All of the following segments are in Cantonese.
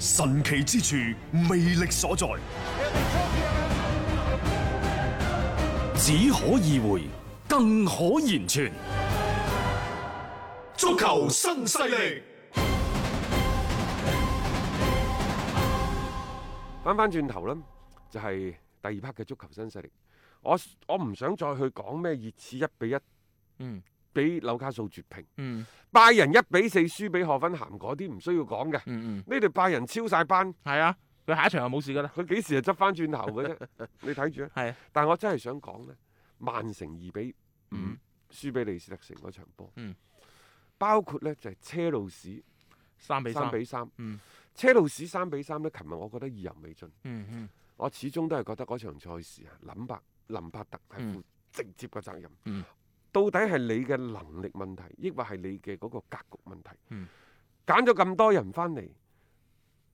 神奇之處，魅力所在，只可意會，更可言傳。足球新勢力，翻翻轉頭啦，就係、第二 part 嘅足球新勢力。我我唔想再去講咩熱刺一比一，嗯俾紐卡素絕平，嗯拜仁一比四輸俾賀芬咸嗰啲唔需要講嘅。嗯嗯，呢隊拜仁超晒班，係啊，佢下一場就冇事噶啦，佢幾時就執翻轉頭嘅啫？ 你睇住啊！係啊但係我真係想講呢，曼城二比五嗯輸俾利斯特城嗰場波，嗯包括呢就係、車路士三比三三，比三，嗯車路士三比三呢，琴日我覺得意猶未盡。嗯嗯我始終都係覺得嗰場賽事啊，林伯林伯特係負嗯直接嘅責任。嗯到底係你嘅能力問題，抑或係你嘅嗰個格局問題？嗯揀咗咁多人翻嚟，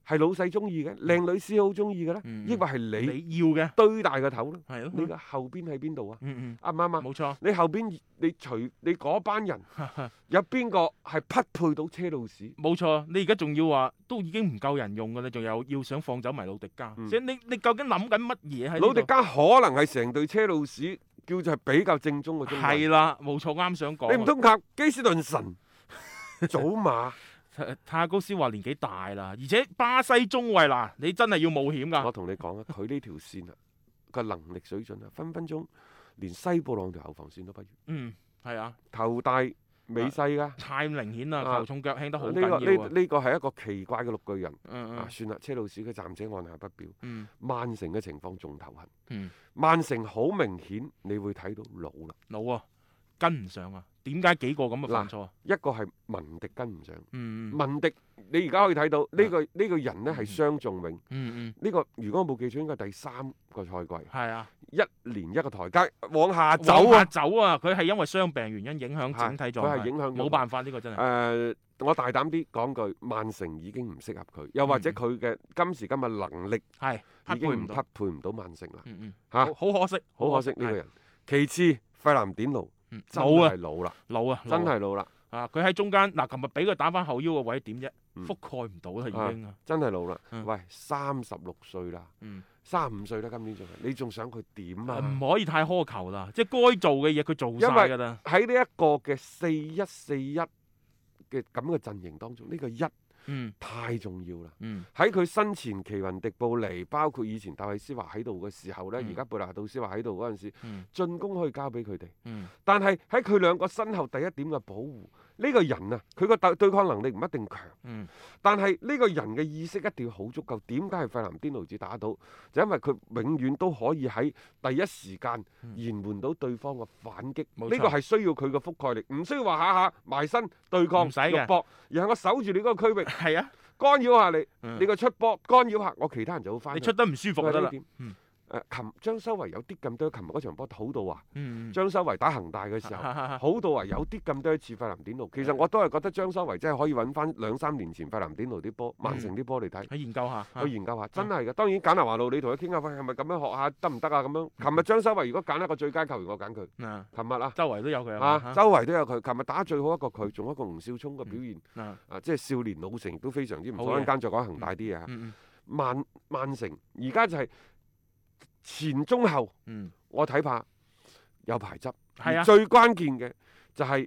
係老細中意嘅，靚女師好中意嘅咧，嗯抑或係你你要嘅堆大個頭咧？係你咯，嘅後邊喺邊度啊？嗯嗯，啱唔啱啊？冇 錯，你後邊你除你嗰班人有邊個係匹配到車路士？冇錯，你而家仲要話都已經唔夠人用噶啦，仲有要想放走埋魯迪加，嗯 Ừ. 即係你你究竟諗緊乜嘢喺呢度魯迪加可能係成隊車路士叫做係比較正宗嘅中衞係啊啦，冇錯，啱想講啊。你唔通靠基斯 頓神、祖馬？泰泰高斯話年紀大啦，而且巴西中衞嗱，你真係要冒險我㗎。同你講啊，佢呢條線啊，個能力水準啊，分分鐘連西布朗條後防線都不如，嗯，係啊，頭大尾細噶。太明顯 À. 啦，啊球重腳輕得好呢緊個要啊呢。呢個係一個奇怪嘅六巨人嗯 À. 啊！嗯算啦，車路士佢暫且按下不表。嗯曼城嘅情況仲頭痕，嗯，曼城好明顯你會睇到老啦，老啊，跟唔上啊。點解幾個咁嘅犯錯啊？一個係文迪跟唔上，嗯啊嗯文迪你而家可以睇到呢個呢個人呢係傷仲永，嗯呢個如果我冇記錯應該係第三個賽季嗯，。係啊，一年一個台階往下走往下啊！走啊！佢係因為傷病原因影響整體狀係佢態，係影響咗啊冇辦法呢個真誒、係。我大膽啲講句，曼城已經唔適合佢，又或者佢嘅今時今日能力係嗯匹已配經唔唔匹到。配唔到曼城啦，嗯嗯，嚇好好可惜，好可惜呢個人。其次，費南典奴嗯真老啊係老啦，老啊，真老啊係老啦，啊！佢喺中間嗱，琴日俾佢打翻後腰個位點啫，嗯覆蓋唔到啦已經啊。真係老啦。嗯喂，三十六歲啦，嗯。三五歲啦，今年仲係，你仲想佢點啊啊？唔可以太苛求啦，即係該做嘅嘢佢做晒㗎啦。喺呢一個嘅四一四一嘅咁嘅陣營當中，呢、個一嗯太重要啦。嗯喺佢身前奇雲迪布尼，包括以前戴維斯華喺度嘅時候呢，嗯而家貝拿杜斯華喺度嗰陣時，嗯進攻可以交俾佢哋。嗯，但係喺佢兩個身後第一點嘅保護，呢、個人啊，佢個對對抗能力唔一定強，嗯但係呢個人嘅意識一定要好足夠。點解係費南甸奴子打到？就因為佢永遠都可以喺第一時間嗯延緩到對方嘅反擊。呢冇個錯係需要佢嘅覆蓋力，唔需要話下下埋身對抗唔使嘅肉搏，而係我守住你嗰個區域，係啊，干擾下你。你你個出波干擾下，我其他人就好翻。嗯你出得唔舒服就我係得呢啦。點嗯誒，琴張修維有啲咁多，琴日嗰場波好到啊！嗯，張修維打恒大嘅時候，候好到啊，有啲咁多次費南典奴。其實我都係覺得張修維真係可以揾翻兩三年前費南典奴啲嗯波、曼城啲波嚟睇， 去研究下。啊去研究下，真係嘅。當然簡南華路，你同佢傾下，喂，係咪咁樣學下得唔得啊？咁嗯樣，琴日張修維如果揀一個最佳球員，我揀佢。嗱，琴日啊。嗯周圍都有佢啊，嘛周圍都有佢。琴日打最好一個佢，仲有一個吳少聰嘅表現，嚇啊啊，即係少年老成，都非常之唔好錯。嘢一陣間再講恒大啲嘢啊。嗯曼曼城而家就係前中後，嗯嗯，我睇怕有排執。係而啊，最關鍵嘅就係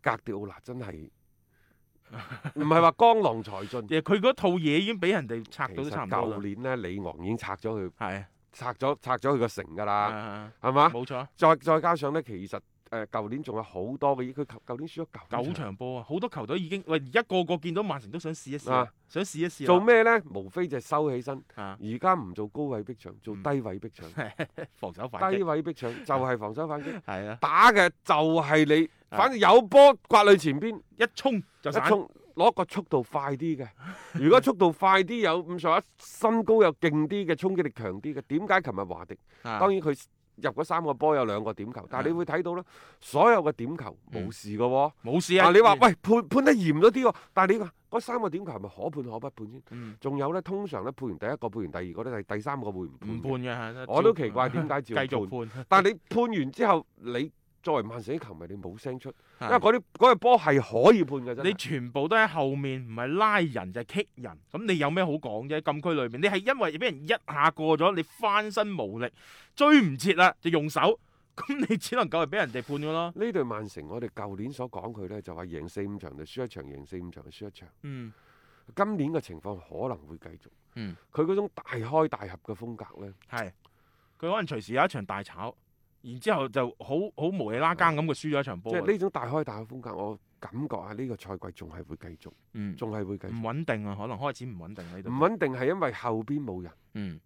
格迪奧拿 真係唔係話江郎才盡。誒佢嗰套嘢已經俾人哋拆其到都實差唔多舊啦。年呢，李昂已經拆咗佢，係拆咗拆咗佢個城㗎啦，啊，係嘛？冇錯啊，再再加上呢，其實誒舊年仲有好多嘅嘢，佢舊舊年輸咗九九場。場波啊，好多球隊已經喂，而家個個見到曼城都想試一試啊啊，想試一試做啦咩呢？無非就係收起身。啊， 而家唔做高位逼搶，做嗯低位逼搶。防守 反低擊位逼搶就係防守反擊。係啊，打嘅就係你，反正有波刮你前邊一衝就一啊散。衝，攞個速度快啲 嘅。如果速度快啲有咁上下，身高又勁啲嘅，衝擊力強啲嘅，點解琴日華迪？啊當然佢入嗰三個波有兩個點球，但係你會睇到咧，所有嘅點球嗯冇事嘅喎。冇事啊。嗱，你話喂判判得嚴咗啲喎，但係你話嗰三個點球係咪可判可不判先？嗯，仲有咧，通常咧判完第一個判完第二個咧，第第三個會唔判唔嘅判嘅，啊我都奇怪點 解照繼判續判，但係你判完之後，你作為曼城啲球迷，你冇聲出，因為啊嗰啲嗰個波係可以判嘅真你係。全部都喺後面，唔係拉人就係、棘人，咁你有咩好講啫？禁區裏面，你係因為俾人一下過咗，你翻身無力，追唔切啦，就用手，咁你只能夠係俾人哋判噶咯。呢隊曼城，我哋舊年所講佢呢，就話贏四五場就輸一場，贏四五場就輸一場。嗯，今年嘅情況可能會繼續。嗯佢嗰種大開大合嘅風格呢，係，佢可能隨時有一場大炒，然之後就好好無理拉更咁，佢輸咗一場即波㗎。啊係呢種大開大合風格，我感覺啊，呢個賽季仲係會繼續，嗯仲係會繼唔續。穩定啊，可能開始唔穩定呢唔度。穩定係因為後邊冇人，嗯，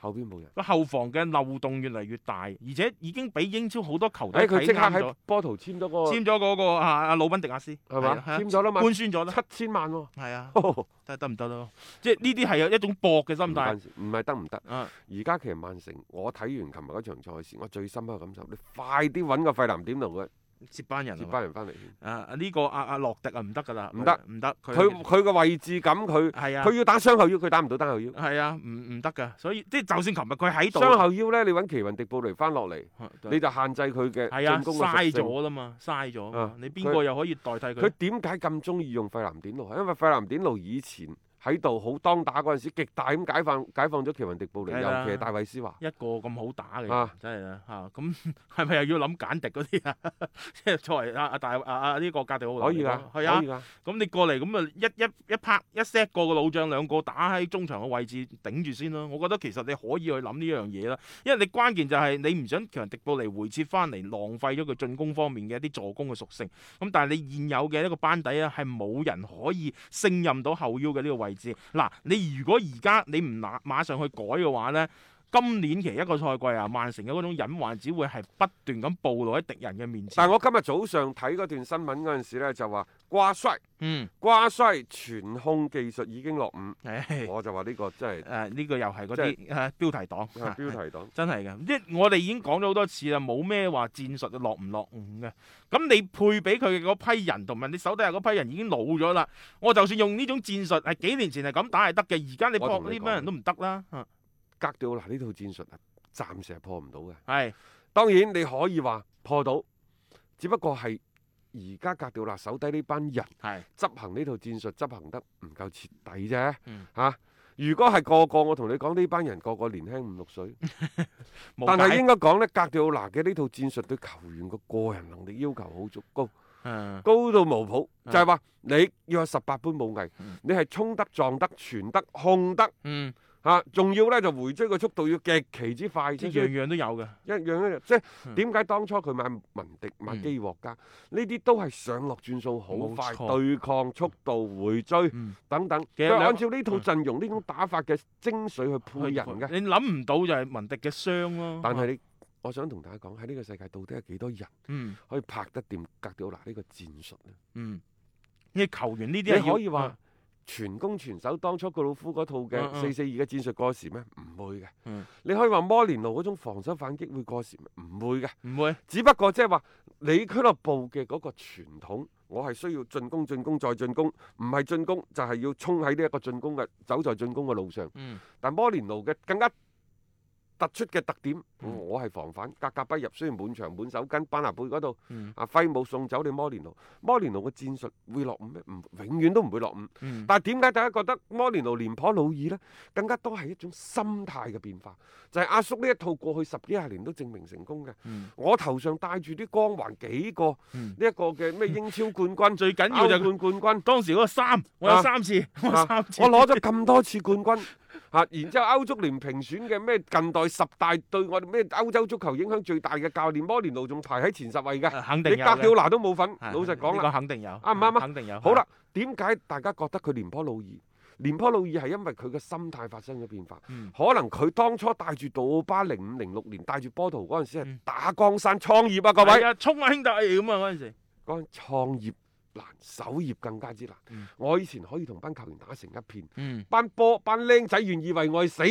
後邊冇人。個後防嘅漏洞越嚟越大，而且已經俾英超好多球誒，隊哎佢睇即刻啱咗喺，波圖簽咗個簽咗嗰個啊阿魯賓迪亞斯係係嘛啊係啊？簽咗啦嘛，官宣咗啦。七千萬喎。係啊，唔睇下得唔得咯？即係呢啲係有一種搏嘅心關態。事唔係得唔得？啊，而家其實曼城，我睇完琴日嗰場賽事，我最深刻嘅感受，你快啲揾個費南點同佢接班人接係嘛班人翻嚟。啊！呢個阿阿洛迪啊，唔得噶啦，唔得唔得，佢佢嘅位置感，佢係啊佢，要打雙後腰，佢打唔到單後腰。係啊，唔唔得噶。所以即係就算琴日佢喺度，雙後腰呢，你揾奇雲迪布雷翻落嚟，啊對你就限制佢嘅係啊，進攻嘅嘥屬性。咗啦嘛，嘥咗啊嘛啊。你邊個又可以代替佢佢？點解咁中意用費南典奴？因為費南典奴以前喺度好當打嗰陣時，極大咁解放解放咗奇雲迪布雷，係尤啦其係大衛斯華。一個咁好打嘅啊人，真係啦嚇，咁係咪又要諗簡迪嗰啲啊？ 即係作為阿阿大阿阿呢個格迪奧可以㗎，可係以啊，㗎。咁你過嚟咁啊一一一拍一 set 個個老將兩個打喺中場嘅位置頂住先咯。我覺得其實你可以去諗呢樣嘢啦，因為你關鍵就係你唔想強敵布尼回撤翻嚟，浪費咗佢進攻方面嘅一啲助攻嘅屬性。咁但係你現有嘅一個班底咧，啊係冇人可以勝任到後腰嘅呢個位置。嗱，你如果而家你唔馬馬上去改嘅話咧，今年其實一個賽季啊，曼城嘅嗰種隱患只會係不斷咁暴露喺敵人嘅面前。但係我今日早上睇嗰段新聞嗰陣時咧，就話瓜帥。嗯，瓜西傳控技術已經落伍，唉我就話呢個真係呃誒呢個又係嗰啲誒標題黨，啊標題黨。真係嘅。即係我哋已經講咗好多次啦，冇咩話戰術落唔落伍嘅。咁你配俾佢嘅嗰批人同埋你手底下嗰批人已經老咗啦。我就算用呢種戰術係幾年前係咁打係得嘅，而家你我搏同呢你班人都唔得啦。啊格調嗱呢套戰術啊，暫時係破唔到嘅。係當然你可以話破到，只不過係而家格調嗱手底呢班人係執行呢套戰術執行得唔夠徹底啫。嚇、嗯如果係個個，我同你講呢班人個個年輕五六歲，冇但係計應該講呢，格調嗱嘅呢套戰術對球員個個人能力要求好足高。嗯高到無譜，啊就係話你要有十八般武藝嗯，你係衝得、撞得、傳得、控得嗯，嚇，仲要呢就回追嘅速度要極其之快，即即係係樣樣都有嘅。一樣一樣。即係嗯點解當初佢買文迪、買嗯基獲加呢啲都係上落轉數好冇快，錯對抗速度、回追嗯，等等。其實佢係兩按照呢套陣容、呢種打法嘅精髓去配人嘅。你諗唔到就係文迪嘅傷咯。但係你，我想同大家講喺呢個世界到底有幾多人嗯可以拍得掂格調拿呢個戰術啊呢？嗯，你球員呢啲係你要啊可以話全攻全守，當初告魯夫嗰套嗯嘅嗯四四二嘅戰術過時咩？唔會嘅。嗯你可以話摩連奴嗰種防守反擊會過時咩？唔會嘅。唔會只不過即係話你俱樂部嘅嗰個傳統，我係需要進攻、進攻再進攻，唔係進攻就係要衝喺呢一個進攻嘅走在進攻嘅路上。嗯但摩連奴嘅更加突出嘅特點，嗯我係防反，格格不入。雖然滿場滿手巾，班拿貝嗰度嗯啊揮舞送走你摩連奴，摩連奴嘅戰術會落伍咩？唔，永遠都唔會落伍。嗯但係點解大家覺得摩連奴、廉頗、魯爾呢更加多係一種心態嘅變化？就係、阿叔呢一套過去十幾廿年都證明成功嘅。嗯我頭上戴住啲光環幾個嗯呢一、個嘅咩英超冠軍， 最緊要就係歐冠冠軍。當時嗰個三，我有啊三次，我有啊三次，我攞咗咁多次冠軍，嚇、然之後歐足聯評選嘅咩近代十大對我哋咩歐洲足球影響最大嘅教練摩連奴仲排喺前十 位啊嘅，肯定你有格嘅調拿都冇份。係老實講呢啦個，肯定有，啱唔啱啊肯定有。好啦，點解大家覺得佢廉頗老二？廉頗老二係因為佢嘅心態發生咗變化，嗯可能佢當初帶住杜巴零五零六年帶住波圖嗰陣時係嗯打江山創業啊，各係，位各位啊，衝啊兄弟咁啊嗰陣時，講緊創業難，守業更加之難。嗯我以前可以同班球員打成一片，嗯，班波班僆仔願意為我去死，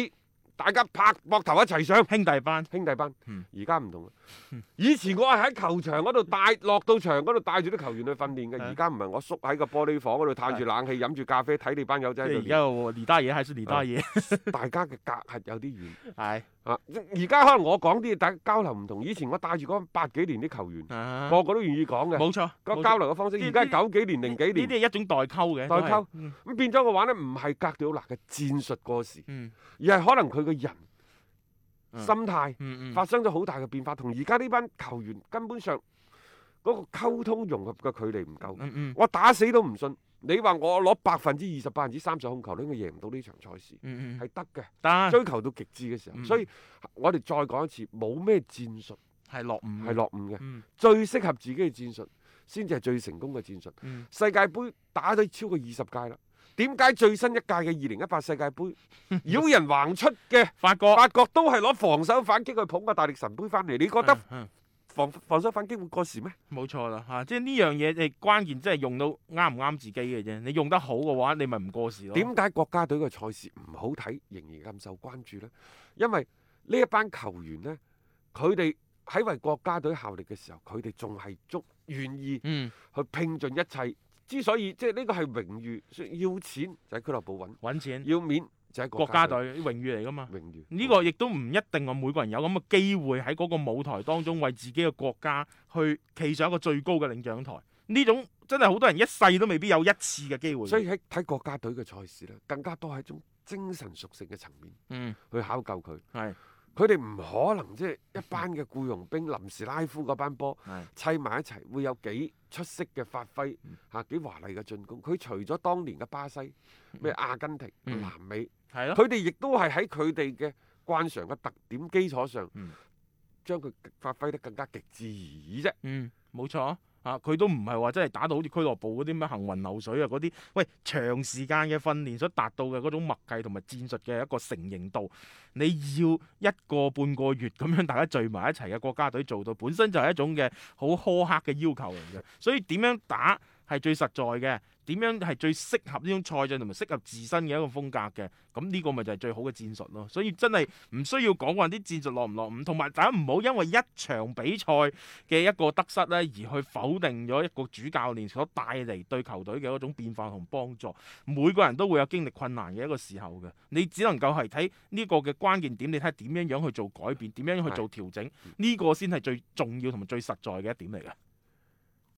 大家拍膊頭一齊上。兄弟班，兄弟班嗯，而家唔同 啦。以前我係喺球場嗰度帶落到場嗰度帶住啲球員去訓練嘅，係而家唔係我縮喺個玻璃房嗰度嘆住冷氣飲住咖啡睇你班友即係仔喺而度家練，個李大爺還是李大爺，大家嘅隔閡有啲遠係啊。而家可能我講啲嘢大家交流唔同，以前我帶住嗰八幾年啲球員，啊個個都願意講嘅，冇錯，個冇錯交流嘅方式。呢而家呢九幾年零幾呢年啲係一種代溝嘅，代都溝係，咁變咗嘅話呢，唔係格調拿嘅戰術過時，嗯而係可能佢個人心嗯態。嗯嗯發生咗好大嘅變化，同而家呢班球員根本上嗰個溝通融合嘅距離唔夠。嗯嗯我打死都唔信，你話我攞百分之二十、百分之三十控球率，應該贏唔到呢場賽事，嗯嗯，係得嘅。得追求到極致嘅時候，嗯所以我哋再講一次，冇咩戰術係落伍嘅，係落伍嘅，嗯最適合自己嘅戰術先至係最成功嘅戰術。嗯世界盃打咗超過二十屆啦。點解最新一屆嘅二零一八世 界盃妖人橫出嘅法國法國都係攞防守反擊去捧個大力神杯翻嚟？你覺得嗯嗯防防守反擊會過時咩？冇錯啦，嚇、即係呢樣嘢，你關鍵真係用到啱唔啱自己嘅啫。你用得好嘅話，你咪唔過時咯。點解國家隊嘅賽事唔好睇，仍然咁受關注呢？因為呢一班球員呢，佢哋喺為國家隊效力嘅時候，佢哋仲係足願意嗯，去拼盡一切。之所以即係呢個係榮譽，所以要錢就喺俱樂部揾，揾錢，要面就喺嗯國國家家隊隊榮譽嚟噶嘛。榮譽。呢個亦都唔一定我每個人有咁嘅機會喺嗰個舞台當中為自己嘅國家去企上一個最高嘅領獎台。呢種真係好多人一世都未必有一次嘅機會。嗯所以喺睇國家隊嘅賽事呢，更加多係一種精神屬性嘅層面嗯，去考究佢。係佢哋唔可能即係一班嘅僱傭兵、臨時拉夫嗰班波係砌埋一齊，會有幾出色嘅發揮嗯嚇、幾華麗嘅進攻。佢除咗當年嘅巴西、咩阿根廷、嗯南美，係咯，佢哋亦都係喺佢哋嘅慣常嘅特點基礎上嗯，將佢發揮得更加極致而已啫。嗯，冇錯啊。啊！佢都唔係話真係打到好似俱樂部嗰啲咩行雲流水啊嗰啲，喂長時間嘅訓練所達到嘅嗰種默契同埋戰術嘅一個成形度，你要一個半個月咁樣大家聚埋一齊嘅國家隊做到，本身就係一種嘅好苛刻嘅要求嚟嘅。所以點樣打係最實在嘅，點樣係最適合呢種賽制同埋適合自身嘅一個風格嘅。咁呢個咪就係最好嘅戰術咯。所以真係唔需要講話啲戰術落唔落伍，同埋大家唔好因為一場比賽嘅一個得失咧，而去否定咗一個主教練所帶嚟對球隊嘅嗰種變化同幫助。每個人都會有經歷困難嘅一個時候嘅，你只能夠係睇呢個嘅關鍵點，你睇下點樣樣去做改變，點樣去做調整，呢、個先係最重要同埋最實在嘅一點嚟嘅。